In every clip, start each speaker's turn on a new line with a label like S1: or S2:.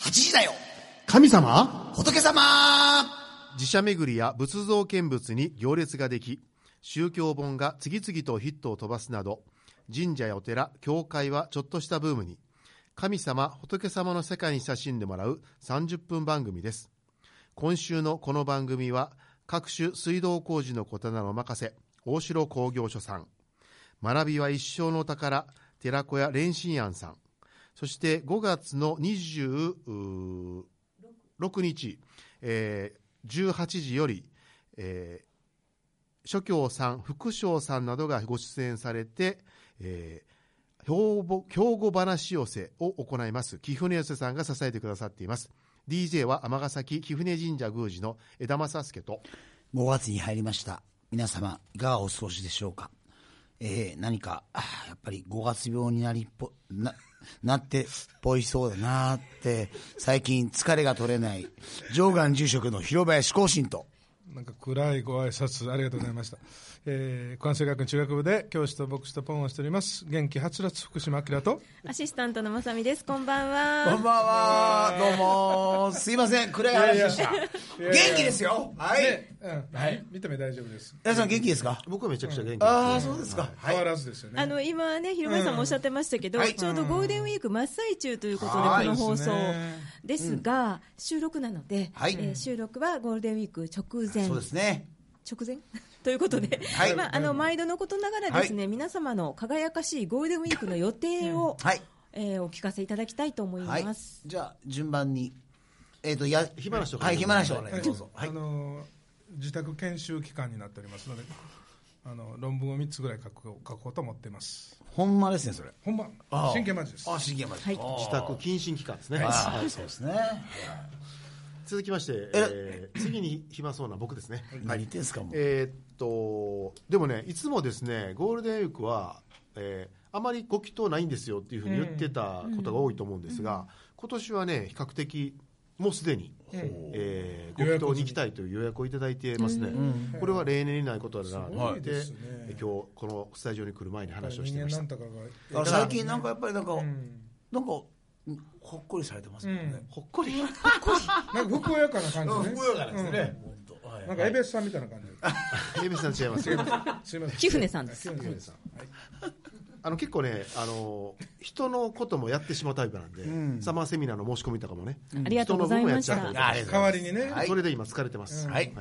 S1: 8時だよ
S2: 神様
S1: 仏様
S3: 寺社巡りや仏像見物に行列ができ宗教本が次々とヒットを飛ばすなど神社やお寺教会はちょっとしたブームに神様仏様の世界に親しんでもらう30分番組です今週のこの番組は各種水道工事の小棚のお任せ大城工業所さん学びは一生の宝寺子屋蓮心庵さんそして5月の26日、えー18時より、えー、諸教さん、副将さんなどがご出演されて、えー、兵庫兵庫話寄せを行います。貴船寄せさんが支えてくださっています。DJ は尼崎貴船神社宮司の枝正助と、
S1: !5 月に入りました。皆様、いかがお過ごしでしょうかえー、何か、あーやっぱり5月病になりっぽ、な、なってっぽいそうだなーって、最近疲れが取れない、上岸住職の広林光信と、
S4: なんか暗いご挨拶ありがとうございました。えー、関西学院中学部で教師と牧師とポンをしております。元気はつらつ福島明と。
S5: アシスタントのまさみです。こんばん
S1: こん
S5: は。
S1: ばんは、どうも、すいません、暗い話でした。元気ですよ、はい。
S4: ね、うん、はい、見た目大丈夫です。
S1: 皆さん元気ですか
S3: 僕はめちゃくちゃ元気です。
S1: ああ、そうですか。は
S4: 変わ
S1: い。
S4: らずですよね。
S5: あの今ね、広林さんもおっしゃってましたけど、
S1: はい
S5: ちょうどゴールデンウィーク真っ最中ということで、
S1: はい
S5: この放送
S4: そうですね
S5: ですが、収録なので、
S1: はい
S5: えー収録はゴールデンウィーク直前、
S1: そうですね。
S5: 直前 ということで、
S1: はい
S5: まあ、あの毎度のことながらですね、皆様の輝かしいゴールデンウィークの予定を、
S1: はい。
S5: えーお聞かせいただきたいと思い
S1: はい
S5: ま。す。
S1: じゃあ、順番に。えっ、と、や、
S3: 暇な人から
S1: はい、暇な人から
S4: はい
S1: どうぞ。はい
S4: あ。のー自宅研修期間になっておりますので、あの論文を3つぐらい書こう書こうと思っています。
S1: ほんまですね、それ。
S4: 本番、真剣マジです。
S1: あ、真剣まで。
S5: はい
S3: 自宅謹慎期間ですね。
S1: あーそうですね。
S3: 続きまして、えー次に暇そうな僕ですね。
S1: 何言ってんすか、もう。
S3: えーっとでもね、いつもですねゴールデンウィークは、えーあまりご祈祷ないんですよっていうふうに言ってたことが多いと思うんですが、今年はね、比較的、もうすでに、えーご祈祷に行きたいという予約をいただいてますね、これは例年にないことだなと思っ
S4: すごい
S3: て、
S4: ですね
S3: えー今日このスタジオに来る前に話をして
S4: 人
S3: ま
S4: 間
S3: し
S4: な
S3: た
S4: ん。とか
S1: だ
S4: が。
S1: から最近なんかやっぱりなんか、
S4: うん
S1: なんか、ほっこりされてますもんね。
S3: ほっこり
S4: なんかふくよかな感じね。
S1: ね。ほんとは
S4: う
S1: い
S4: んなんかエベスさんみたいな感じ。
S3: エビさん違いますよ
S4: すいません。
S5: 貴船さんです。
S4: はい
S3: あの結構ねあの人のこともやってしまうタイプなんで、サマーセミナーの申し込みとかもね、
S5: ありがとうございました
S3: 人の分もやっちゃうタイプ
S1: あありがとうございます
S4: 代わりにね。
S1: はい
S3: それで今疲れてます、
S1: はい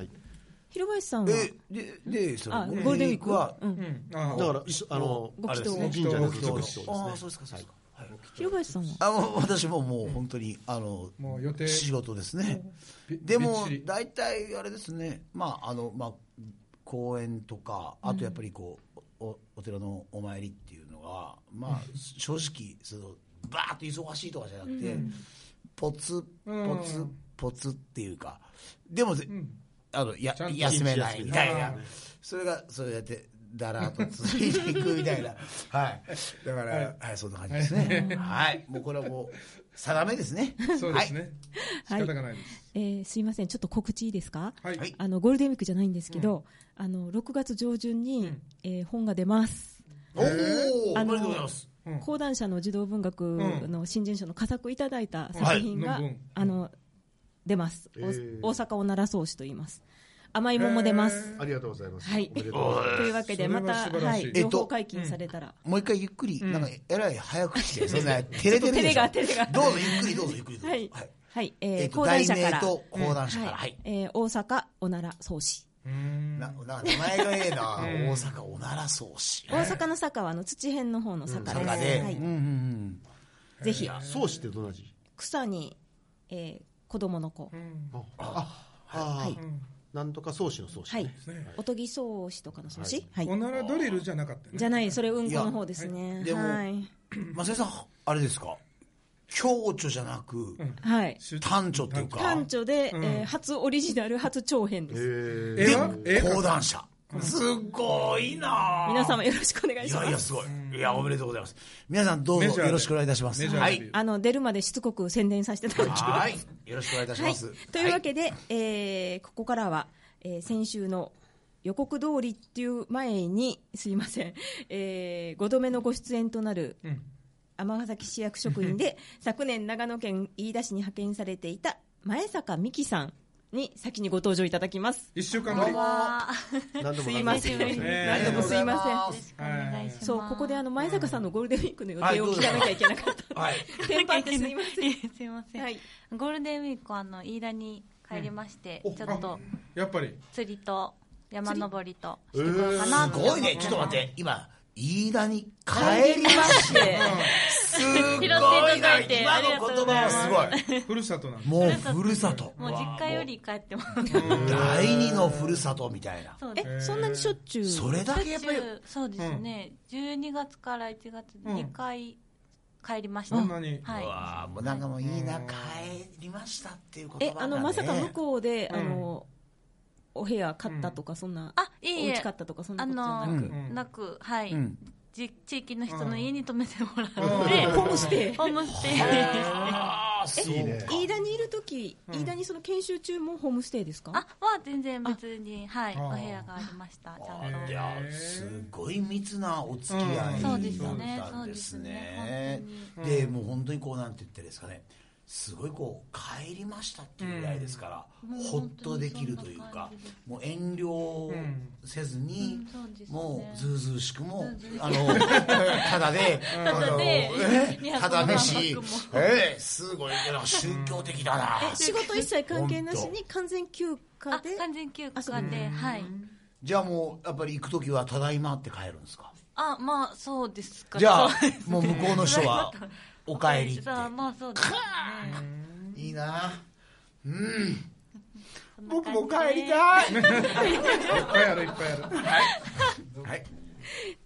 S5: 広林さんは、
S1: え、で、で、その、
S5: あゴールデンウィークは、う、
S4: うんん。あ
S3: だ
S4: ー
S3: から一緒あの
S5: ご祈祷を
S3: 神社でずっ
S1: あ
S3: とご
S1: あ
S3: 祈祷ですね
S1: そうですか、そうですか。はい
S5: 広林さんは
S1: あもう私ももう本当に、あの
S4: もう予定
S1: 仕事ですね、
S4: び
S1: で
S4: びっ
S1: も
S4: ちり
S1: 大体あれですね、まああのまあ、公演とか、あとやっぱりこう、おお寺のお参りっていうのが、まあ、正直その、ばーっと忙しいとかじゃなくて、ぽつ、
S4: うん
S1: ぽつ、ぽつっていうか、でもぜ、あのや
S4: ちゃんと
S1: 休めないみたいな
S4: あー、
S1: それがそうやって、だらーっと続いていくみたい な、はい、だから、はい、そんな感じですね、はい、もうこれはもう、定めですね。
S4: そうですね。仕
S5: はい
S4: 方がないです。
S5: えーすいません、ちょっと告知いいですか、
S4: はい。
S1: はい
S5: あのゴールデンウィークじゃないんですけど、あの6月上旬に、えー本が出ます。
S1: おおー、
S5: あ
S1: おめ
S5: の
S1: でとうございます。
S4: うん
S5: 講談社の児童文学の新人賞の佳作いただいた作品が、
S4: はい論文
S5: あの出ます、お
S3: えー
S5: 大阪を鳴らそうしと言います甘い桃出ます、
S3: ありがとうございます、
S5: はい
S3: おめでとうございます
S5: というわけでまた
S4: それは素晴ら
S5: は
S4: しい
S5: い、
S1: えっ
S5: 情
S1: と
S5: 報解禁されたら、
S1: もう一回ゆっくり、なんか、えらい早口 で、そんな、照れてるでしょ。
S5: 照れが照れが
S1: どうぞ、ゆっくり、どうぞ、ゆっくり。どうぞ
S5: はい
S1: はい。
S5: はいえー
S1: えっと、
S5: 講
S1: 題
S5: 談社か
S1: 名
S5: ら、
S1: と講談社から。は
S5: はいい。えー大阪おなら創始
S1: な、なんか名前がええな、大阪おなら創始。
S5: 大阪の坂はあの土辺の方の坂です、
S1: とかで、
S5: は
S1: う
S5: い
S1: んうんうん。
S5: ぜひ
S3: 宗師ってどんな字
S5: 草に、えー子供の子、
S3: あ
S5: は
S3: ー
S5: い
S3: なんとか宗師の宗師、
S5: は
S3: ね
S5: い、おとぎ創始とかの創始、はい
S4: おならドリルじゃなかったよね
S5: じゃない、それうんこの方ですね。
S1: いや
S5: は
S1: で
S5: い。
S1: 松井さん、あれですか共著じゃなく、
S5: はい。
S4: 出
S1: 単著っていうか、
S5: 短調で、えー初オリジナル、初長編です。
S3: えー
S4: 絵は絵
S1: で、
S4: か
S1: 講談社。すごいな
S5: 皆様よろしくお願い
S1: い
S5: しま
S1: やいや、
S5: す。
S1: すごい。いや、おめでとうございます。皆さん、どう
S4: メジャ
S1: ぞ
S4: ーで
S1: よろしくお願いいたします。
S4: メジャーで
S1: はい。
S5: あの、出るまでしつこく宣伝させていただきます。
S1: はい。よろしくお願いいたします。
S5: というわけで、えーここからは、えー先週の予告通りっていう前に、すいません、え5度目のご出演となる、尼崎市役職員で昨年長野県飯田市に派遣されていた前坂美希さんに先にご登場いただきます。
S4: 一週間ぶり。
S3: 何度も
S5: すい
S3: 何度
S5: ま
S3: も
S5: せん、
S2: 久しぶり
S4: に
S5: 何度もすいません。
S2: お願いします。
S5: そうここであの前坂さんのゴールデンウィークの予
S1: はい
S5: 定を聞かなきゃいけなかっ
S4: はい。
S5: た。テン パ ってすいません。
S2: いえすいません。
S5: はい
S2: ゴールデンウィークあの飯田に帰りまして、
S4: うんお
S2: ちょっと
S4: やっぱり。
S2: 釣りと山登りとしてこようかな
S1: す
S2: と思
S1: ご
S2: ってます
S1: いね。ちょっと待って。今、飯田に帰りま して。すごいな。
S2: 拾っていただいて
S1: 今の言葉はすごい。
S4: ふるさと なんで。
S1: もうふるさと。
S2: もう実家より帰ってます。
S1: 第二のふるさとみたいな。
S2: そうです。
S5: え、そんなにしょっちゅう。
S1: それだけやっぱり。
S2: しょ、ちゅうそうですね。12月から1月
S4: ん
S2: 2回帰りました。
S4: そんなに。
S2: はいう
S1: わあもうなんかもういいな、帰りましたっていう言
S5: え
S1: 葉が、ね。
S5: あのまさか向こうで、
S4: うん
S5: あのお部屋買ったとかそんな、
S2: あ、いえ
S5: お
S2: い
S5: 家
S2: え
S5: 買。ったとかそん
S2: あ
S5: なことじ
S4: う
S5: ゃなく、
S2: の
S4: ん
S2: なくはい。
S1: うん
S2: じ地域の人の家に泊めてもらって、
S4: うん
S5: ホームステイ。
S2: ホームステイ。
S1: ああ、そうか。
S5: 飯田にいる時、飯田にその研修中もホームステイですか？
S2: あは全然別に、はい、
S4: あー
S2: お部屋がありました、ちゃん
S4: あ
S2: と
S1: い
S4: ー。
S1: やすごい密なお付き合いだ
S2: そ
S1: った
S2: うんですね
S1: で
S2: そ
S1: す
S2: うです
S1: ね
S2: ね。
S1: でもう本当にこうなんて言ってですかねすごいこう帰りましたっていうぐらいですから、
S2: うん
S1: ほっとできるというかもう遠慮せずに、
S2: うんそうですね
S1: もうずうずうしくも、
S2: ずうずうしく
S1: あの ただで、あの
S2: で
S1: え
S2: 200
S1: ただ飯
S2: 万泊も
S1: えすごいなんか宗教的だな、
S5: え仕事一切関係なしに完全休
S2: あ
S5: 暇で。
S2: 完全休
S5: あそう
S2: 暇で、はい。
S1: じゃあもうやっぱり行く時は「ただいま」って帰るんですか
S2: あ、まあ、そうですか。
S1: じゃあ
S2: そうですね
S1: もう向こうの人は「おかえり」って
S2: そうあまあ、そうですね。
S1: いいな
S2: そんな
S1: 僕
S2: 感じ
S1: も
S2: で
S1: 帰りたい
S4: いっぱいある、いっぱいある。
S1: はい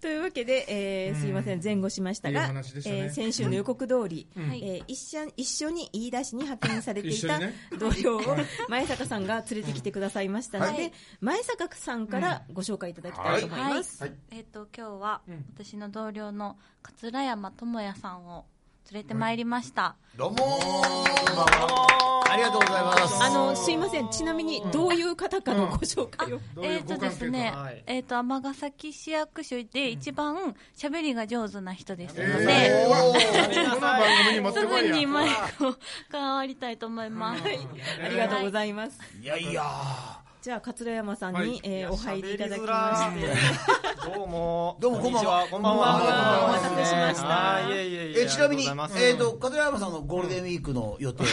S5: というわけで、えーすいません前後しました
S4: いい
S5: が
S4: お話でしたね
S5: えー先週の予告通り、
S2: ん
S5: えー一緒に一緒に飯田市に派遣されてい
S4: 一緒
S5: た
S4: にね
S5: 同僚を前坂さんが連れてきてくださいましたので、
S2: はい
S5: 前坂さんからご紹介いただきたいと思い
S2: はい
S5: ます。。
S2: えっと、今日は私の同僚の桂山智也さんを連れてまいりました。
S1: どうもーありがとうございます
S5: あのすいませんちなみにどういう方かのご紹介を、
S4: どうい
S2: え
S4: う
S2: っ
S4: ご関
S2: とです
S4: 係と
S2: ね
S4: か。、
S2: えっと、尼崎市役所で一番喋りが上手な人ですの
S4: え
S2: で、
S4: ーこの番組に持っ
S2: す
S4: てこ
S2: ぐ
S4: いや。
S2: にマイクを変わりたいと思います。
S5: ありがとうございます。
S1: いやいや
S5: じゃあ桂山さんに、
S4: はい
S5: えーお入りいただきま
S6: 喋
S5: し
S6: り
S5: て。
S6: づら ーどうも
S1: どうもこんばんは
S6: こんばんは
S5: こんばんは
S6: こんばんは
S5: お待たせしました
S6: はいいえいえいえ
S1: えちなみに、え
S6: ありがとうございます
S1: ー、と片山さんのゴールデンウィークの予定は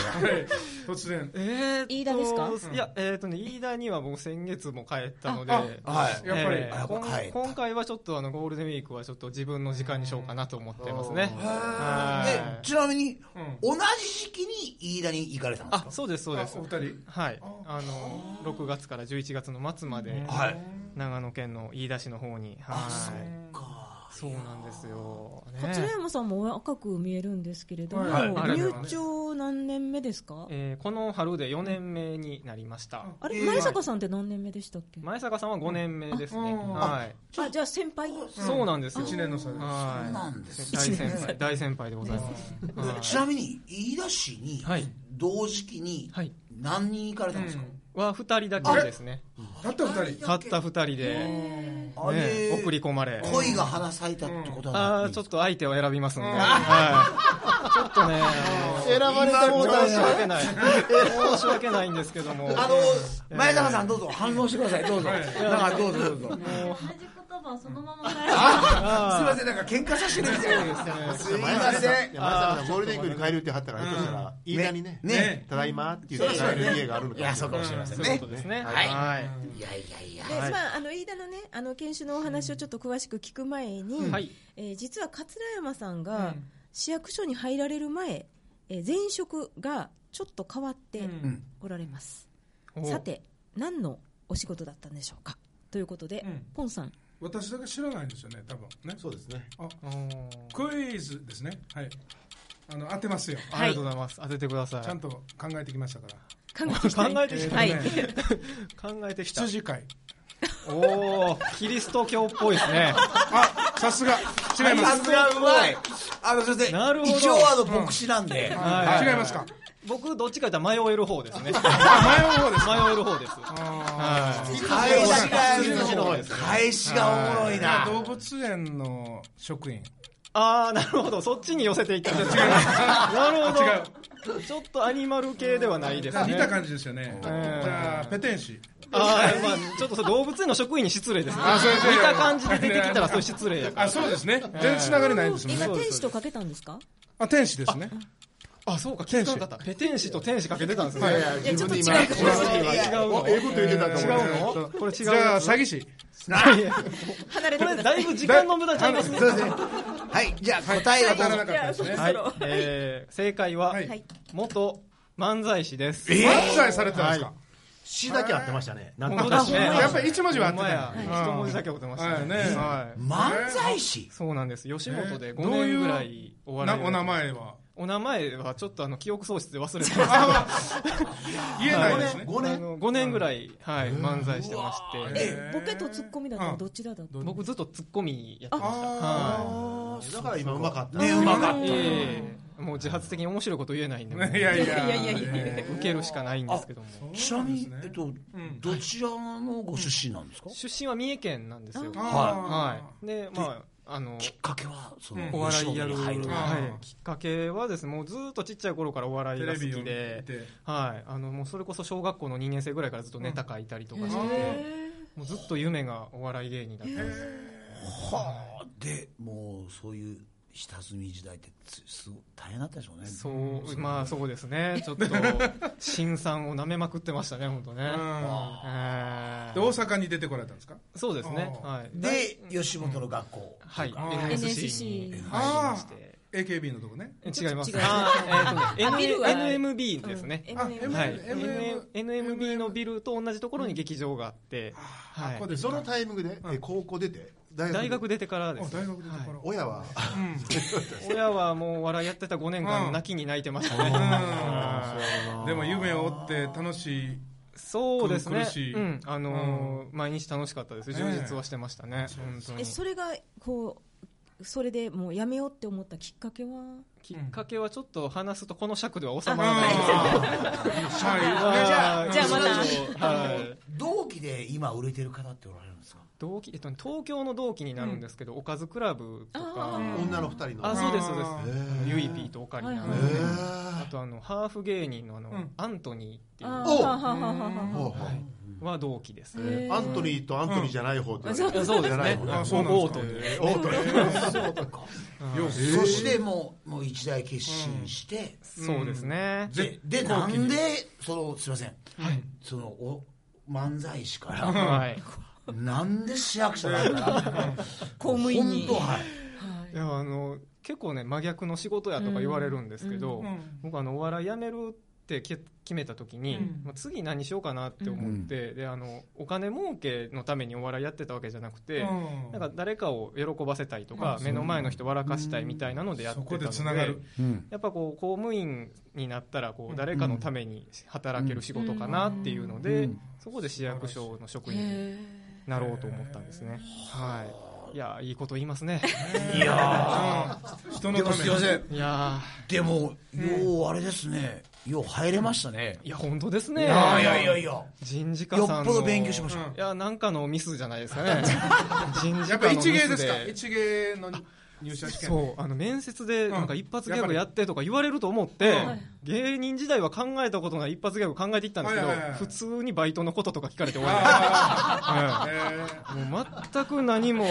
S4: 突然。
S6: えーっと
S5: 飯田ですか
S6: いやえーっとね飯田には僕先月も帰ったので
S4: あ
S6: え
S1: はい
S6: ー
S4: やっぱり
S6: えー
S1: あやっぱ帰った
S6: こん今回はちょっとあのゴールデンウィークはちょっと自分の時間にしようかなと思ってますねは
S1: え
S6: い
S1: ちなみに、
S4: ん
S1: 同じ時期に飯田に行かれたんです
S6: あ
S1: か
S6: そうですそう
S4: あ
S6: です
S4: お二人。
S6: はいあの6月から11月の末まで
S1: はい
S6: 長野県の飯田市の方にはいそうなんですよね
S5: 桂山さんも若く見えるんですけれども、
S4: はい
S6: はい
S5: 入庁何年目ですか、
S6: えーこの春で4年目になりました
S5: あれ前坂さんって何年目でしたっけ、
S6: 前坂さんは5年目ですね、
S4: うん
S6: はい、
S5: あじゃあ先輩
S6: そうなんですよ
S4: 一年の差で
S6: はい
S1: そうなんです
S6: 大先輩大先輩でございます、はい
S1: ちなみに飯田市に、
S6: はい
S1: 同時期に
S6: はい
S1: 何人行かれたんですか、
S6: は2人だけですね
S4: たった二人。
S6: たった2人で、
S1: あれ
S6: ね、送り込まれ
S1: 恋が花咲いたってこと
S6: あ
S1: な
S6: あ
S1: ん
S6: ち
S1: で
S6: ょっと相手を選びますんで、はい、ちょっとね
S1: 選ばれたもんだ
S6: 申し訳ない申し訳ないんですけども
S1: あの前坂さんどうぞ反応してくださいどうぞなんかどうぞどうぞ
S2: 同じ言葉をそのま ま
S1: すいません、なんか喧嘩させてるみたいですね。すいま
S3: 前坂さん
S1: せ
S3: いや前坂さんゴールデンウィークに帰るって貼ったからひょっとしたら飯田にね
S1: ねね
S3: ただいまって言って帰る家があるの
S1: ん。
S3: か
S1: いや、そうかもしれませんね。
S6: ですね
S1: はい
S6: はい
S1: いやいやいや。
S5: でまあ、あの飯田のねあの研修のお話をちょっと詳しく聞く前に、
S6: はい
S5: えー実は桂山さんが市役所に入られる前、えー前職がちょっと変わって
S1: ん
S5: おられます、
S6: お
S5: さて何のお仕事だったんでしょうかということで、
S4: うん
S5: ポンさん
S4: 私だけ知らないんですよね、多分ね。
S3: そうですね
S6: おー
S4: クイズですね。はい。あの当てますよ。
S6: ありがとうございます当ててください
S4: ちゃんと考えてきましたから。
S5: 考えてきたい
S6: 考えてきた
S5: はい
S6: ね考えてきた
S4: 羊飼い。
S6: おおキリスト教っぽいですね
S4: あ、さすが。違いま
S1: さ
S4: す。
S1: すがうまい。あの、そして、
S6: なるほど
S1: 一応あの、牧師なんで。
S6: はい
S4: 違いますか。
S6: 僕どっちかというと迷える方ですね
S4: あ、迷う方です。
S6: 迷える方ですはい
S1: 返しが
S6: 羊の方です、
S1: 返しがおもろいな。
S4: 動物園の職員。
S6: あああ、なるほど。そっちに寄せていった。違いなるほど。違う。ちょっとアニマル系ではないです
S4: 似
S6: ね。
S4: た感じですよね。じ
S6: ん
S4: ゃあ、ペテン師。
S6: ああ、まあ、ちょっとそれ動物園の職員に失礼ですね。
S4: あそうですね
S6: 見た感じで出てきたらそれ失礼やから。
S4: あ、そうですね。全然つながりないんですもん
S5: 今
S4: ね。
S5: 天使とかけたんですか
S4: あ、天使ですね。
S6: あ、そうか、天使だった。ペテン師と天使かけてたんですね。
S3: いやいや、自分で今、
S5: いやちょっと違う
S6: 違うの
S3: おええこと言ってたと
S4: 違
S3: 思う。
S4: うの
S6: これ違うやつ
S4: じゃあ、詐欺師。
S5: 離れてく
S6: これ
S5: ださ
S6: だ
S5: い
S6: いぶ時間の無駄ちゃいますね。
S1: はい、じゃあ答えはどうぞ
S4: なかったですね。
S6: はい、えー、正解は、
S4: はい
S6: 元漫才師です。
S4: 漫才されてたんですか
S7: 詩だけ合ってましたね。なん
S6: 本当ですね。
S4: やっぱり一文字は合ってたよ
S6: ほんまや一文字だけ合ってましたね。
S4: はいね
S6: はい
S1: 漫才師
S6: そうなんです。吉本
S4: え
S6: で
S4: ど
S6: 5
S4: ういう
S6: 年ぐらいお笑
S4: ない
S6: を
S4: お名前は。
S6: お名前はちょっとあの記憶喪失で忘れてま
S4: 言えないですね。
S6: す。あの5年ぐらい、はい、漫才してまして。
S5: えボケとツッコミだったらどちらだった
S6: 僕ずっとツッコミやってました。は
S4: あ
S7: だから今うまかった。
S1: ね、うまかっ
S6: い。ええもう自発的に面白いこと言えないんで、もう
S4: あ。いやいや。
S6: ええ受けるしかないんですけども。
S1: た。ちなみに、えっと、どちらのご出身なんですか、
S6: 出身は三重県なんですよ。
S4: は
S6: はい。で、まあ、あの、
S1: きっかけは、その、
S6: お笑いやる、
S1: 吉本に入
S4: あ
S6: はい、きっかけはですねもうずーっとちっちゃい頃からお笑い
S4: テ
S6: が
S4: レ
S6: 好
S4: ビを
S6: き
S4: 見
S6: で
S4: て。。
S6: はい、あのもうそれこそ小学校の2年生ぐらいからずっとネタ書いたりとかしてて、
S5: へ
S6: もうずっと夢がお笑い芸人だったんですよ
S1: はあ、で、もう、そういう下積み時代ってつ、すごい大変だったでしょうね。
S6: そうまあそうですねちょっと新さんを舐めまくってましたね本当ね、
S4: うん
S6: えー
S4: で、大阪に出てこられたんですか
S6: そうですね
S4: あ
S6: はい
S1: で、吉本の学校。
S6: はい
S4: あー
S6: NSC に入りまして
S4: ?AKB のとこね。
S6: 違います
S5: ちょっと違う
S6: あ ー、えーと
S5: あビ
S6: ね
S5: ルは
S6: N- NMB ですね、
S5: うん
S4: あ、
S5: MM
S6: はい
S4: MM
S6: NMB のビルと同じところに劇場があって、は
S4: ここ
S6: い、
S4: で
S7: で、
S4: す
S7: そ
S4: か
S7: のタイミングで、え高校出て、大
S6: 大学出てからです、
S4: あ大学出てから
S6: はい
S7: 親は、
S6: 親はもう笑いやってた5年
S4: うん
S6: 間泣きに泣いてましたね、はい
S4: でも夢を追って楽し い。
S6: そうですね
S4: 苦しい
S6: うんあのー毎日楽しかったです充実はしてましたね、本当
S5: え
S6: に
S5: それがこうそれでもうやめようって思ったきっかけは
S6: きっかけはちょっと話すとこの尺で は収まらない
S4: はい。
S1: じゃあ
S5: じゃあまだ
S6: はい
S1: 同期で今売れてる方っておられるんですか
S6: 同期えっとね東京の同期になるんですけど、おかずクラブとか
S5: あ
S7: 女の二人
S6: あ
S7: の。
S6: そうですそうで
S4: あ
S6: すゆいぴーとオカリナ
S5: はいはい
S6: あとあのハーフ芸人のあの、
S4: うん
S6: アントニーっていう
S5: あ
S6: は
S5: ーはあはあはあはあはあ
S7: ほうほう
S6: 同期です、
S5: へー
S7: アントニーとアントニーじゃない方って。
S5: そう
S6: そうですね
S4: あそうなんですか
S6: オートに
S7: オート
S1: そしてもう、もう一大決心して、
S6: そうですね、
S1: で、で、なんで、その、すいません。その、お、漫才師から、
S6: はい
S1: なんで市役所なん だ
S5: 公務員に
S1: 本当はい。
S5: はい
S6: いやあの結構ね真逆の仕事やとか言われるんですけど、僕あのお笑い辞めるって決決めた時に、
S4: うん
S6: まあ、次何しようかなって思って、であのお金儲けのためにお笑いやってたわけじゃなくて、
S4: うん
S6: なんか誰かを喜ばせたいとか、目の前の人笑かしたいみたいなのでやって
S4: そ
S6: たの
S4: こ
S6: で
S4: でつながる。
S6: やっぱこう公務員になったらこう誰かのために働ける仕事かなっていうので、そこで市役所の職員になろうと思ったんですね。はい。いやいいこと言いま すね。
S1: いや
S4: 人
S1: ー
S4: の
S1: で
S4: た
S1: も
S4: め
S1: すいません。
S6: いや
S1: でも、よう、あれですね。よう入れましたね。
S6: ーいや本当ですね。
S1: いやいやいやいや。
S6: 人事課
S1: よ
S6: さ
S1: っ
S6: んの
S1: ぽど勉強しました。
S6: いやなんかのミスじゃないですかね。人事
S4: やっぱ
S6: 課のミ
S4: 一芸で
S6: ス
S4: すか
S6: で。
S4: 一芸の入社試験。
S6: そうあの面接でなんか一発ギャグやってとか言われると思って、
S4: やっぱり
S6: 芸人時代は考えたことない一発ギャグ考えていったんですけど、
S4: はいはいはい
S6: 普通にバイトのこととか聞かれて終わりました
S4: あ
S6: は
S4: ーえ
S6: いもう全く何も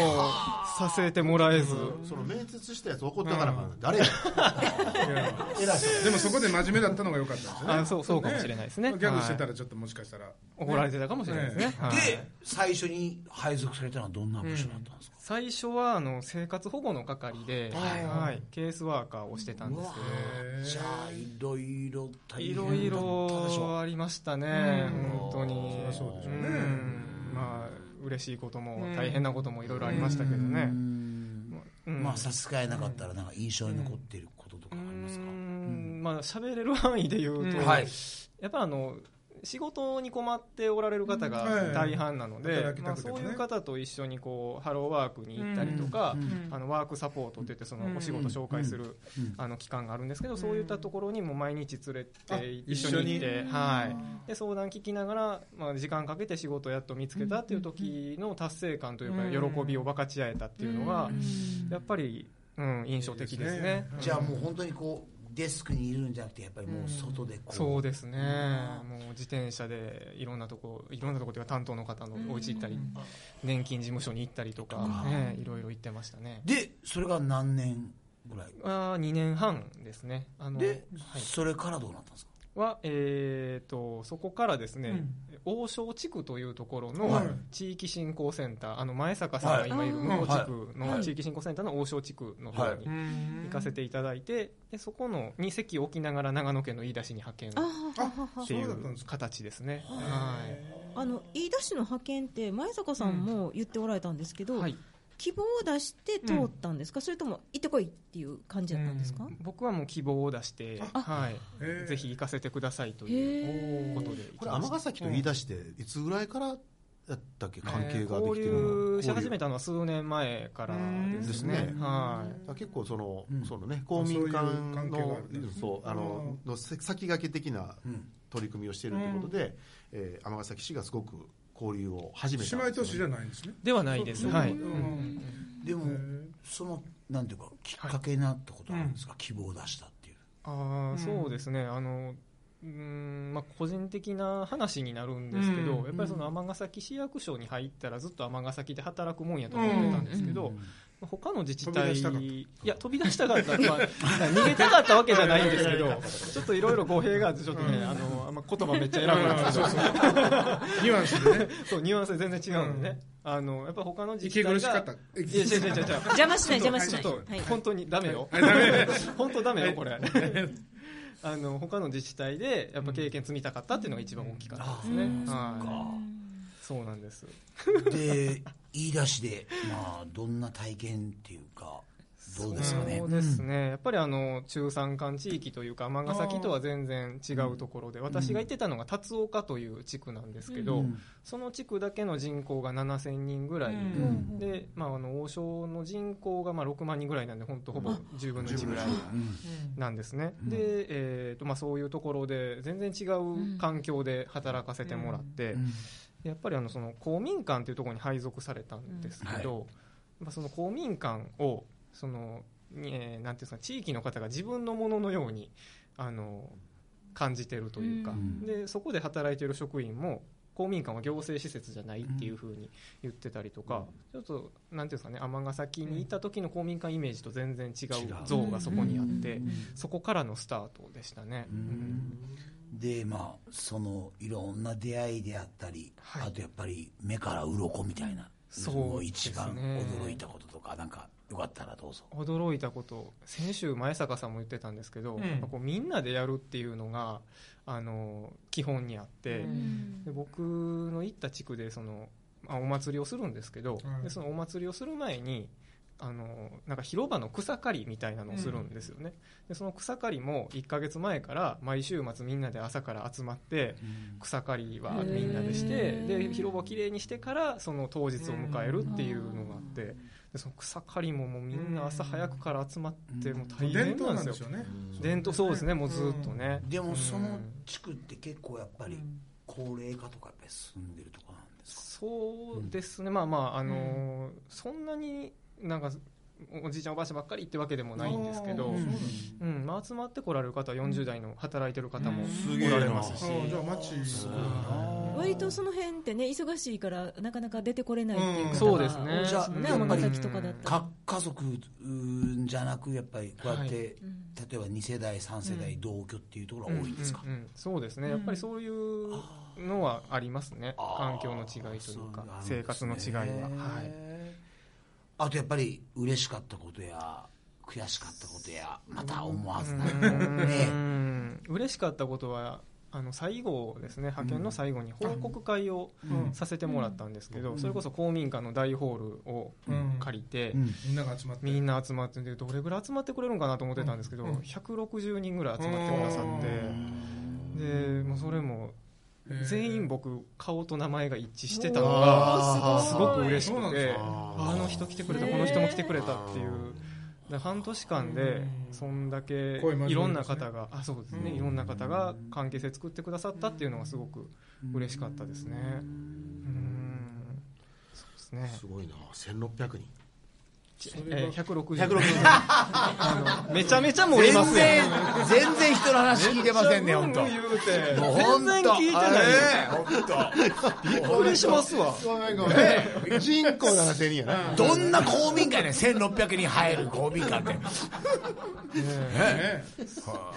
S6: させてもらえず、
S7: その面接したやつ怒ったからかな誰や
S4: ーいやでもそこで真面目だったのが良かったんですね。
S6: あそうそうかもしれないですね
S4: ギャグしてた
S6: は
S4: らちょっともしかしたら。
S6: い怒られてたかもしれないですね
S4: ね
S6: はい
S1: で、最初に配属されたのはどんな部署だったんですか
S6: 最初はあの生活保護の係で、
S1: はい
S6: はい、ケースワーカーをしてたんですけど
S1: じゃあ、いろいろ大
S6: い
S1: 変だっ
S6: ろい
S1: たでしょ
S6: ろありましたね、
S4: うん
S6: 本当に
S4: そりゃそうでしょうね
S6: んまあ嬉しいことも大変なこともいろいろありましたけどね、
S1: うーん
S6: うん
S1: まあ、差し支えなかったら、なんか印象に残っていることとかあ
S6: う
S1: り
S6: ー
S1: ますか
S6: んまあ喋れる範囲で言うと、
S4: うん
S1: はい。
S6: やっぱあの仕事に困っておられる方
S4: う
S6: が
S4: ん
S6: 大半なので、
S4: 働き
S6: ま
S4: た
S6: あ、
S4: くて
S6: そ
S4: も
S6: う
S4: ね
S6: いう方と一緒にこうハローワークに行ったりとか、あのワークサポートっていってそ
S4: うん
S6: のお仕事紹介する、あの期間があるんですけど、そういったところにも毎日連れ
S4: あ
S6: て一緒に行って、はい、で相談聞きながら、まあ、時間かけて仕事をやっと見つけたっていう時の達成感というか、
S4: うん
S6: 喜びを分かち合えたっていうのが、やっぱりうん、印象的ですね。
S1: じゃあもう本当にこうデスクにいるんじゃなくてやっぱりもう外でこう、
S6: そうですね、もう自転車でいろんなとこ、いろんなとこというか、担当の方のお家行ったり、年金事務所に行ったりとか、ね、いろいろ行ってましたね。
S1: でそれが何年ぐらい
S6: あ2年半ですね、あの
S1: で、
S6: はい
S1: それからどうなったんですか
S6: は、えー、とそこからですね、王将地区というところの
S1: はい
S6: 地域振興センター、あの前坂さんが今いる向こう地区
S1: は
S6: の
S1: い
S6: 地域振興センターの王将地区の方に行かせていただいて、でそこのに席を置きながら長野県の飯田市に派遣っ
S5: ああ
S6: てい
S4: そうだったん
S6: う
S4: です
S6: 形ですね。はい
S5: あの飯田市の派遣って前坂さんも言っておられたんですけど、
S6: はい
S5: 希望を出して通ったんですか、それとも行ってこいっていう感じだったんですか、
S6: うん僕はもう希望を出して、は
S4: へー
S6: い、ぜひ行かせてくださいと
S5: へ
S6: い
S5: ー
S6: うことで行
S7: こ
S6: き
S7: れ
S6: ま
S7: 尼
S6: した
S7: 崎と言い出していつぐらいからやったっけ関係ができてる
S6: えー
S7: の
S6: 交流し始めたのは数年前からですね
S7: ですね
S6: はい
S7: だから結構その、
S1: うん
S7: そのね公民館
S4: あそういう関係があ
S7: の
S4: るんだ
S7: そうあののせ先駆け的な
S1: うん
S7: 取り組みをしているということで、えー尼崎市がすごく交流を始めた
S4: 姉
S7: ん
S4: 妹
S7: ですよ
S4: 都
S7: ね
S4: 市じゃないんですね
S6: ではないです。はい。
S4: うん
S1: でも、
S4: うん
S1: そのなんていうかきっかけになったことあるんですか、希望を出したっていう
S6: ああ、そうですね。あの、うーん、まあ、個人的な話になるんですけど、
S4: うん
S6: やっぱりその尼崎市役所に入ったらずっと尼崎で働くもんやと思ってたんですけど、まあ他の自治
S4: 飛び出し
S6: 体、
S4: たかった
S6: いや、飛び出したかった。まあ、逃げたかったわけじゃないんですけ ど、ちょっといろいろ語弊があって、ちょっとね、あの、あんま言葉めっちゃ選ぶんですけど、
S4: ニュアンスでね
S6: そう、ニュアンスで全然違うんでね。あの、やっぱ他の自
S4: 息
S6: 治体が。
S4: 苦しかった
S6: いや、違う違う違う違う。
S5: 邪魔しない
S6: ち
S5: 邪
S6: ょっと
S5: 魔しない、
S6: ちょっと、
S5: はい
S6: 本当にダメよ。 本当ダメよ、これ。 あの、他の自治体で、やっぱ経験積みたかったっていうのが一番大きかったですね。はい。そうなんです。
S1: で言い出しでまあどんな体験っていうかどうですかね
S6: そうですね。やっぱりあの、中山間地域というか、尼崎とは全然違うところで、私が行ってたのが辰岡という地区なんですけど、
S1: うん
S6: その地区だけの人口が7000人ぐらいいて、
S1: ん
S6: で、まあ、あの王将の人口がまあ6万人ぐらいなんで、本当ほぼ10分の1ぐらいなんですね。で、えーとまあ、そういうところで全然違う環境で働かせてもらって、
S1: うん
S6: やっぱりあのその公民館というところに配属されたんですけど、まあ、その公民館をその、えーなんていうんですか地域の方が自分のもののようにあの感じてるというか、
S1: うん
S6: でそこで働いてる職員も公民館は行政施設じゃないっていうふうに言ってたりとか、ちょっとなんていうんですかね尼崎にいた時の公民館イメージと全然違う像がそこにあって、そこからのスタートでしたね。うん
S1: でまあそのいろんな出会いであったり、
S6: はい
S1: あとやっぱり目から鱗みたいな
S6: そう
S1: のを一番
S6: ですね
S1: 驚いたこととかなんかよかったらどうぞ
S6: 驚いたこと先週前坂さんも言ってたんですけど、やっぱこうみんなでやるっていうのがあの基本にあって、で僕の行った地区でその、まあ、お祭りをするんですけど、
S4: はい
S6: でそのお祭りをする前にあのなんか広場の草刈りみたいなのをするんですよね、でその草刈りも1ヶ月前から毎週末みんなで朝から集まって草刈りはみんなでしてで広場をきれいにしてからその当日を迎えるっていうのがあってでその草刈りももうみんな朝早くから集まってもう大
S4: 伝
S6: 変
S4: 統なん
S6: なん
S4: でし
S6: です
S4: ょ
S6: よ
S4: うね
S6: 伝統そうですねもうずっとね
S1: でもそうの
S6: ん
S1: 地区って結構やっぱり高齢化とかやっぱり進んでるとこなんですか
S6: そうですね、まあまあ、あのーそんなになんかおじいちゃん、おばあちゃんばっかりってわけでもないんですけど、うんまあ、集まってこられる方は40代の働いてる方も
S7: げえ
S6: お
S7: な
S6: られますし、
S4: ああじゃあ街
S5: 割とその辺ってね忙しいからなかなか出てこれないっていう方が
S6: そうですね
S1: じゃあ
S5: ね
S1: やっぱ
S5: 尼
S1: り
S5: 崎とかだったら
S1: か家族うーんじゃなくやっぱりこうやって、
S6: は
S1: 例えば2世代3世代同居っていうところが多いんですか、
S6: うんうんうんそうですね、やっぱりそういうのはありますね、環境の違いという
S1: そ
S6: か、
S1: う
S6: 生活の違いは。はい
S1: あとやっぱり嬉しかったことや悔しかったことやまた思わずな
S6: う
S1: ね
S6: ん嬉しかったことはあの最後ですね派遣の最後に報告会をさせてもらったんですけど、それこそ公民館の大ホールを借りて、
S4: みんなが集まって
S6: みんな集まっててどれぐらい集まってくれるんかなと思ってたんですけど、160人ぐらい集まってくださって、でもうそれも全員僕顔と名前が一致してたのがすごく嬉し
S4: そうな
S6: く
S4: んで
S6: てあの人来てくれたこの人も来てくれたっていう。で半年間でそんだけ
S4: 恋交
S6: い
S4: じる
S6: ろ
S4: ん
S6: ん
S4: で
S6: な
S4: すね
S6: 方があそうですねいろんな方が関係性作ってくださったっていうのがすごく嬉しかったですねうんそうですね
S7: すごいな1600人
S6: えー、160あのめちゃめちゃ盛りますやん
S1: 全然人の話聞いてませんね本当。も
S4: 言うて
S1: う本当
S6: 全然聞いてない
S1: い。ねえ、
S6: びっ
S1: 本
S6: くりしますわ
S7: 人口7000人や な。
S1: 当。どんな公民館ね、1600人入る公民館で。ねえ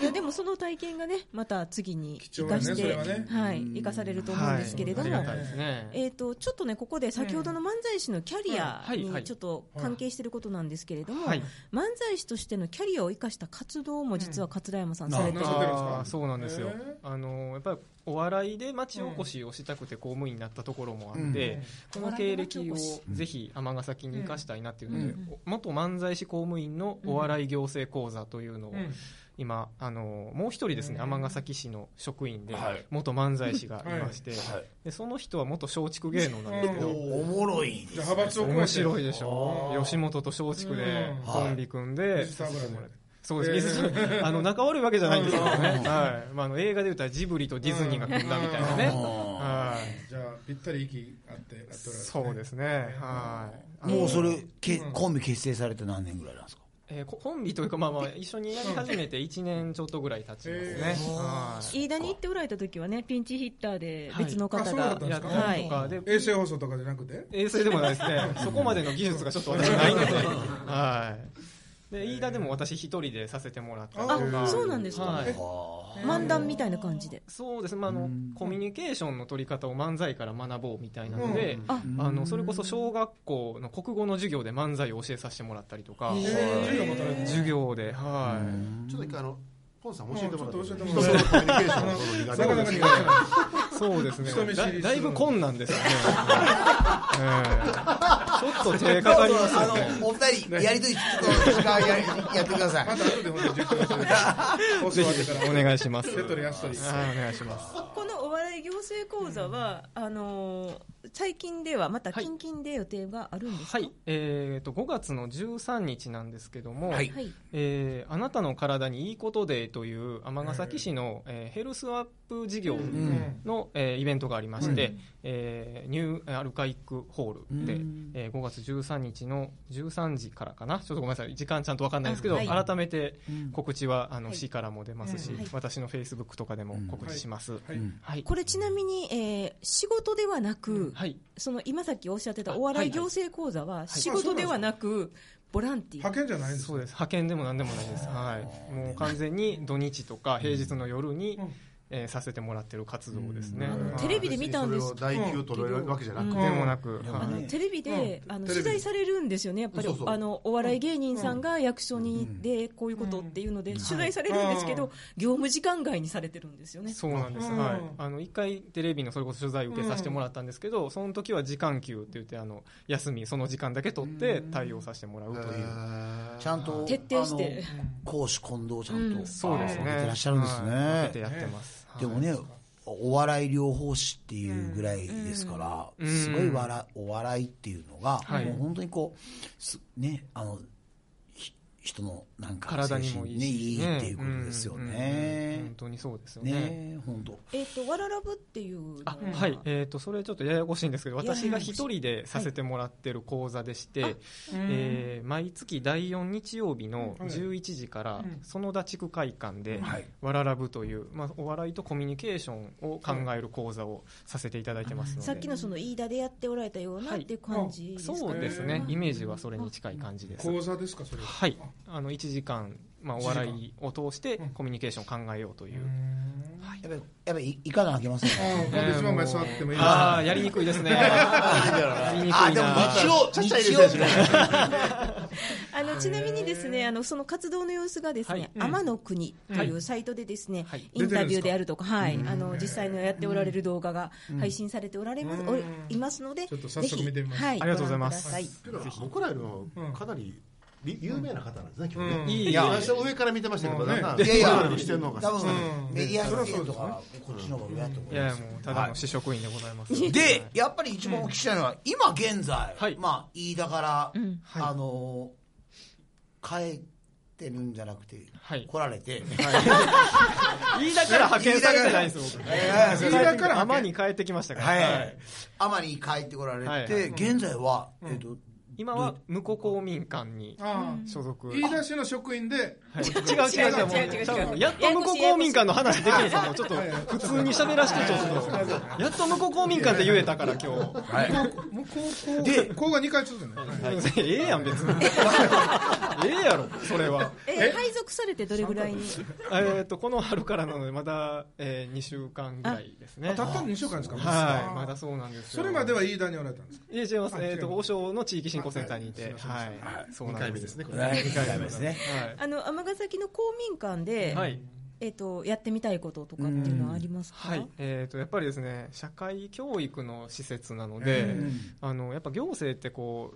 S5: いやでもその体験がねまた次に
S4: 貴
S5: 生
S4: 重な
S5: か
S4: ね
S5: して、
S4: それはね
S5: はい生かされると思うんですけれども、
S6: はい、ありがたいですね、
S5: えー、とちょっとねここで先ほどの漫才師のキャリア
S6: うんはい
S5: に
S6: はい
S5: ちょっと関係していることなんですけれども、
S6: はい
S5: 漫才師としてのキャリアを生かした活動も実は桂山さん
S1: うん
S5: されて
S4: な
S5: る、
S4: るほど
S6: あーそうなんですよ、あのやっぱりお笑いで町おこしをしたくて公務員になったところもあって、この経歴をぜひ尼崎に生かしたいなっていうので、
S5: うん
S6: お元漫才師公務員のお笑い行政講座というのを
S4: うん
S6: 今あのもう一人ですね尼崎市の職員で
S1: はい
S6: 元漫才師がいまして、
S1: はい
S6: でその人は元松竹芸能なんですけ
S4: う
S6: ど、
S1: おもろい
S4: じゃあ派閥を超えて
S6: 面白いでしょ
S4: あー
S6: 吉本と松竹で
S4: うん
S6: コンビ組んで、
S4: 水沢油で
S6: そうです、
S4: え
S6: 水沢 あの仲悪いわけじゃないんですけどね、はいまあ、あの映画で言ったらジブリとディズニーが組んだみたいなね、
S4: うん
S6: は
S4: じゃあぴったり息合ってやっておられる
S6: い、そうですね、はい、
S1: もうそれ、け
S4: うん
S1: コンビ結成されて何年ぐらいなんですか
S6: えーココンビというか、まあ、まあ一緒にやり始めて1年ちょっとぐらい経ちますね、
S4: えー
S6: はい
S5: 飯田に行っておられた時はねピンチヒッターで
S6: はい
S5: 別の
S4: あ
S5: 方
S4: そうだ
S5: が、
S4: ったんです
S6: や
S4: か
S6: ったりとか、で
S4: 衛星放送とかじゃなくて
S6: 衛星でもないですね、そこまでの技術がちょっと私ないので、はい、で飯田でも私、一人でさせてもらったりとか
S5: あそうなんですか
S6: はい
S1: は
S5: 漫談みたいな感じで、
S6: そうですね、まあ、あのコミュニケーションの取り方を漫才から学ぼうみたいなので、
S5: あ
S6: あのそれこそ小学校の国語の授業で漫才を教えさせてもらったりとか、
S4: 授業も取れて
S6: 授業で、はい
S7: ちょっと一回あの、ポンさん教えてもらっていい。
S4: ちょっと
S7: 人
S4: 教
S7: と
S4: え
S7: のコミ
S4: て
S7: ュニケーションのこと
S4: な
S7: 苦手
S4: か
S7: な
S4: なん
S7: ですけ
S4: か苦手
S7: ど
S4: なんで
S6: そうです
S4: 人見
S6: ね
S4: 知り
S6: だ
S4: する
S6: だいぶ困 難ですよね、ええちょっと手かかりますよね。
S1: の、お二人、やりとり、ちょっと時間ややってください
S4: また後で本当に10分 放送終わってから
S6: お願いします。
S4: 手取り足取り
S6: あーお願いします。
S5: このお笑い行政講座は、あのー最近ではまた近々で予定があるんですか、
S6: はい、えー、と5月の13日なんですけども、
S1: はい
S5: はい
S6: えーあなたの体にいいことデーという尼崎市の、えーヘルスアップ事業の、えーイベントがありまして、えーニューアルカイックホールで、えー5月13日の13時からかなちょっとごめんなさい時間ちゃんと分かんないですけど、
S5: あはい
S6: 改めて告知はあの、
S5: はい
S6: 市からも出ますし、
S5: うんはい
S6: 私のフェイスブックとかでも告知します、
S4: はい
S6: はい
S5: これちなみに、えー仕事ではなく、
S6: はい
S5: その今さっきおっしゃってた
S6: あ
S5: お笑
S6: はいいはい
S5: 行政講座は仕事ではなくボランティア
S4: 派遣じゃないんです
S6: そうです派遣でも何でもないです、はい、もう完全に土日とか平日の夜に、えーさせてもらってる活動ですね、
S5: あの
S6: はい
S5: テレビで見たんです
S7: それを代給取れるわけじゃなくて。
S6: でもなく、は
S5: あ
S6: い
S5: のテレビで、
S4: うん
S5: あの
S4: テレビ
S5: 取材されるんですよねやっぱり
S7: そうそう
S5: あのお笑い芸人さんが役所にでこういうことっていうので、取材されるんですけど、業務時間外にされてるんですよね
S6: そうなんで
S4: う
S6: す、
S4: ん
S6: はい、あの一回テレビのそれこそ取材受けさせてもらったんですけど、その時は時間給って言ってあの休みその時間だけ取って対応させてもらうという、
S1: ちゃんと、
S5: 徹底して
S1: あの講師混同ちゃんと、
S5: うん
S6: そうです
S1: あ
S6: ね
S1: ーやってらっしゃるんです
S6: はい分けて
S1: ね。
S6: やってます、はい
S1: でもね、お笑い療法士っていうぐらいですから、
S6: うん
S1: すごい笑お笑いっていうのが、
S6: はい
S1: もう本当にこう、すね、あの、ひ人のなんか
S6: 体にもいい
S1: ね、
S6: し
S1: いいっていうことですよ
S6: うんうんうん
S1: ね
S6: 本。当にそうですよね
S1: ね、本当。
S5: えっ、とわらラブっていうの
S6: あはいえー、とそれちょっとややこしいんですけど
S5: ややこしい
S6: 私が一人でさせてもらってる講座でして、えー毎月第4日曜日の
S4: はい
S6: 11時から
S4: うん
S6: 園田地区会館で
S1: はい
S6: 「わららぶ」という、まあ、お笑いとコミュニケーションを考える講座をさせていただいてますので
S5: さっきのその飯田でやっておられたような
S6: はい
S5: っていう感じですか、
S6: そうですねイメージはそれに近い感じです
S4: 講座ですかそれ
S6: はいあの1時間、まあ、お笑いを通して
S4: うん
S6: コミュニケーションを考えようというう、
S4: ん
S1: やっぱり、やっぱり、いかがなきません
S4: あ
S1: ね。
S4: ー今度一番前触ってもいいです
S6: ああ
S4: か
S6: やりにくいですねやりにくいな
S1: あ、でも日曜、
S7: ちゃい
S1: 日
S7: です
S1: 曜日
S7: ね
S5: あのちなみにですねあのその活動の様子がですね、
S6: はい
S5: 天の国というサイトでですね、
S6: はい
S5: インタビューであるとか、はい、あの実際のやっておられる動画が配信されておられます、
S4: うん
S5: おいますので、
S4: ちょっと早速見てみます
S5: ぜひはい、
S6: ありがとうございます
S5: ご覧ください
S7: けど僕らよりもかなりり有名な方なんですね、今日
S4: うん
S7: ね。
S6: いい
S7: や
S6: や
S7: 上から見てましたけど、
S4: うん
S7: だんだん
S1: いやいや
S7: 僕らよりもしてるの、が
S1: 多分
S4: う、ん
S1: メディアの
S4: そりゃそう
S1: 人
S4: で
S1: と
S4: す
S1: か、こっちの方が上だと思い
S6: いやい
S1: ま
S6: や
S1: す
S6: も。うただの試食 員でございます、
S1: で、やっぱり一番お聞きしたいのは、今現在、
S6: はい
S1: まあ、飯田から、
S6: はい
S1: あのー、帰ってるんじゃなくて、
S6: はい
S1: 来られて、
S6: 飯田から派遣されてないです僕
S1: え
S4: 飯田から
S6: 天に帰ってきましたから
S1: はい、天に帰ってこられて、
S6: はい
S1: 現在は、えっと、
S6: 今は向こう公民館に
S4: あ
S6: 所属
S4: あ、飯田市の職員で、
S6: はい、違う違う違うもう
S5: 違う違う違う
S6: 多分やっと向こう公民館の話できるさもうちょっと普通に喋らせてちょっとやっと向こう公民館って言えたから今日
S1: はい。
S4: もうこう、こう、で、こうが2回続くね。
S6: ええやん別にええやろそれ は
S5: え配属されてどれぐらいに
S6: えっとこの春からなのでまだ、えー、2週間ぐらいですね
S4: たったの2週間ですか、
S6: はいまだそうなんですよ
S4: それまでは飯田におられたんですか
S6: いえ違います
S4: あ
S6: え
S4: 違
S6: っ、
S4: う
S6: と王将の地域振興センターにいてはい、そう
S7: 2
S6: な
S7: 回
S6: ん
S7: 目
S6: で
S7: ですすね、これ。
S1: はい二回目ですね。
S6: は
S5: あの尼崎の公民館で、
S6: い、はい
S5: えっとやってみたいこととかっていうのはありますか、
S6: はいえー、とやっぱりですね社会教育の施設なので、あのやっぱ行政ってこ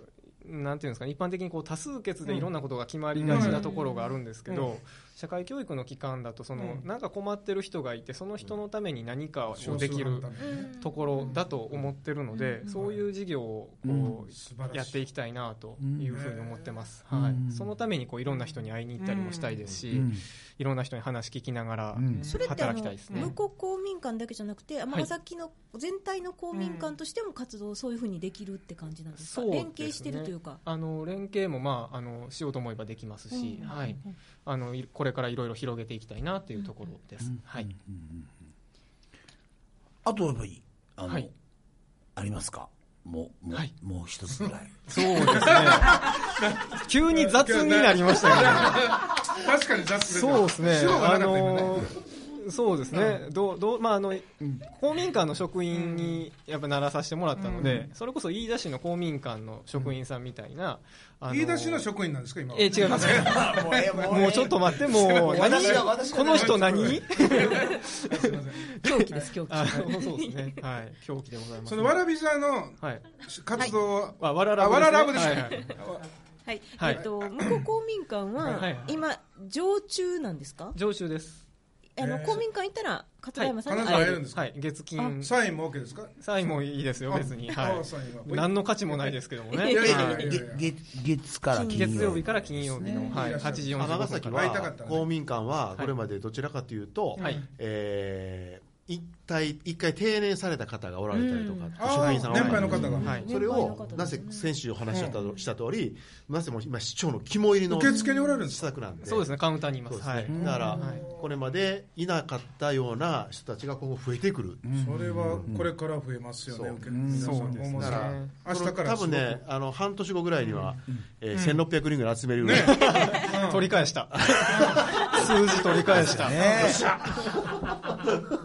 S6: うなんていうんですかね一般的にこう多数決でいろんなことが決まりがちなところがあるんですけど、社会教育の機関だとその、なんか困ってる人がいてその人のために何かをできる
S5: うん
S6: ところだと思ってるので、そういう事業をこ
S4: 素晴らし
S6: う
S4: い
S6: やっていきたいなというふうに思ってます、
S1: うん
S6: は
S1: うん
S6: い、そのためにこういろんな人に会いに行ったりもしたいですし、
S1: うん
S6: いろんな人に話聞きながら
S1: うん
S5: それってあ
S6: 働
S5: の、
S6: きたいですね。
S5: 向こう公民館だけじゃなくて尼崎の全体の公民館としても活動をそういうふうにできるって感じなんですか、
S6: そうですね
S5: 連携してるという か
S6: あの連携も、まあ、あのしようと思えばできますし、
S5: うん
S6: はい、あのいこれからいろいろ広げていきたいなというところです。はい、
S1: あとやっぱり、あの、
S6: はい、
S1: ありますかもう、もう、
S6: はい
S1: もう一つぐらい。
S6: そうですね急に雑になりましたけど、
S4: 確かに雑です
S6: そうですね
S4: 白、が
S6: あ
S4: なかった今ね
S6: のそうですね、どうどうまああの公民館の職員にやっぱならさせてもらったので、それこそ飯田市の公民館の職員さんみたいな、あの
S4: 飯田市の職員なんですか、今は。
S6: え違います。
S1: もうええも
S6: もうちょっと待って、もう、何
S1: 私が私が
S6: この人何
S5: 狂気です狂気
S6: あのそうですね。はい。狂気でございます。
S4: そのわらび座の
S6: はい。
S4: 活動は、
S6: あわら
S4: あわらラブです
S6: ね
S4: か、
S6: はいはい
S5: はい、
S6: はい
S5: えっと向こう公民館は
S6: はいはい
S5: 今常駐なんですか
S6: 常駐です。
S5: あの
S4: えー
S5: 公民館行ったら勝山さんに
S4: 必ず会え
S5: 会え
S4: るん
S5: る
S4: ですか、
S6: はい。月金。
S4: サインも OK ですか
S6: サインもいいですよ、別に。
S4: あ
S6: は
S4: あ
S6: い
S4: サインは。
S6: 何の価値もないですけどもね。
S4: いやいやい
S6: は
S4: やい
S6: い
S4: や
S1: げげ月から金曜日。
S6: 月曜日から金曜日の、はい。
S4: いらっしゃ
S6: 8
S4: る
S6: 時
S7: 尼
S6: 45
S7: 崎
S6: 分
S4: 会いた
S7: は
S4: かったね
S7: 公民館はこれまでどちらかというと、
S6: はい
S7: えー一体一回定年された方がおられたりとか、
S4: ああ
S7: 職員さんがお
S4: 年
S7: られた
S4: 配
S7: り
S4: の
S7: とか
S4: 方が、
S6: はい。
S7: それ
S5: 年配の
S7: を
S5: 方
S7: なぜ先週お話ししたとした通り、なぜも今市長の肝入りの
S4: 受付におられるんです
S7: 施策なんで、
S6: そうですね、カウンターにいま
S7: そう
S6: す。
S7: ですね
S6: はい。
S7: だから
S6: はい
S7: これまでいなかったような人たちが今後増えてくる。
S4: それはこれから増えますよね、
S7: うん
S4: 受け皆さん
S6: そうですね
S4: だから明日から
S7: 多分ね、あの半年後ぐらいには、えー1600人ぐらい集めるぐらい、
S6: 取り返 した。数字取り返した。
S1: ねえ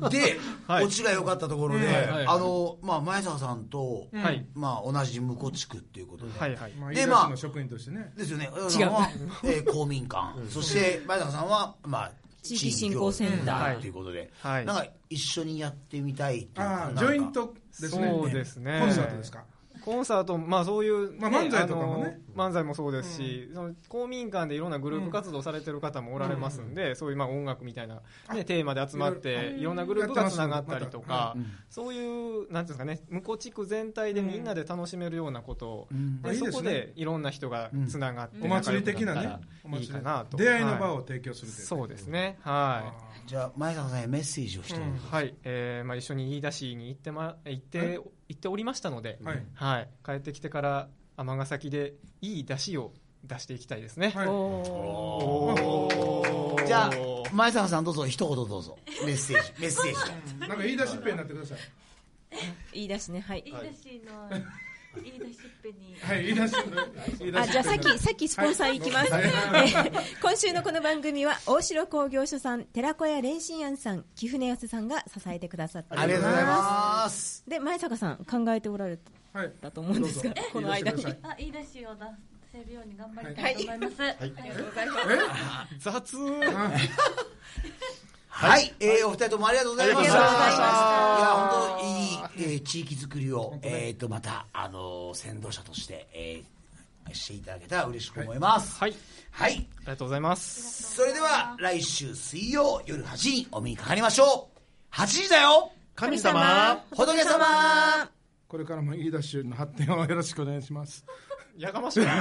S1: で、
S6: はい
S1: オチが良かったところで、
S6: はい
S1: あの、まあ、前坂さんと、
S6: はい。
S1: まあ、同じ向こう地区っていうことで。
S6: はいはい。
S4: まあ、
S1: で
S4: 飯
S1: ま
S4: 田
S1: あ
S4: 市の職員としてね、
S1: ですよね。上田さんは、えー公民館。そして、前坂さんは、まあ、
S5: 地域振興センター
S1: 地域振興セということで、
S6: はい
S1: なんか一緒にやってみたいっていうか
S4: あ
S1: なん
S4: あ
S1: か
S4: ジョイントですね、
S6: そうですね
S4: コンサートですか、
S6: コンサートも、まあ、そういう、
S4: まあ漫才とかもね
S6: あの漫才もそうですし、その公民館でいろんなグループ活動されてる方もおられますんで、そういうまあ音楽みたいな、ね、テーマで集まっていろんなグループがつながったりとか、そういうなんていうんですかね向こう地区全体でみんなで楽しめるようなことを、
S1: ん
S6: で
S4: あいいです
S6: そ
S4: ね
S6: こでいろんな人がつながって、
S4: お祭り的なね、お
S6: 仲良くなったらい
S4: 祭り出会
S6: いかなと
S4: いの場
S6: は
S4: を提供す
S6: い
S4: るという、
S6: そうですねは
S1: じゃあ、前坂さんへメッセージをして、
S4: うん
S6: い、はいえーまあ、一緒に飯田市に行って,、ま、行って行っておりましたので、
S4: はい
S6: はい、帰ってきてから尼崎でいい出汁を出していきたいですね。
S4: はい
S1: じゃあ、前坂さんどうぞ、一言どうぞ。メッセージ、メッセージを。
S4: なんか言い出しっぺになってください、
S5: いいだしねはい
S2: いいだしの、いいだしっぺに。
S4: はい、言い出し言い出しっぺにな
S5: あじゃあさっき、さっきスポンサーいきます。 今週のこの番組は、大城工業所さん、寺子屋蓮心庵さん、貴船寄さんが支えてくださって
S1: ありがとうございます。
S5: す。で、前坂さん、考えておられ
S4: はい、
S5: たと思うんですが、この間に。
S2: あ、いいだしを出せるように頑張りたいと思います。ありがとうございます。
S6: 雑
S1: はい、えーお二人ともありがとうございました。
S5: ありがとうございま
S1: いや、本当にいい、えー地域づくりを、えっ、と、また、あのー先導者として、えーしていただけたら嬉しく思います。
S6: はい、
S1: はい、
S6: ありがとうございます。
S1: それでは、来週水曜夜8時にお目にかかりましょう。8時だよ
S7: 神様
S1: 仏様
S4: これからも飯田市の発展をよろしくお願いします。
S6: やかましいな。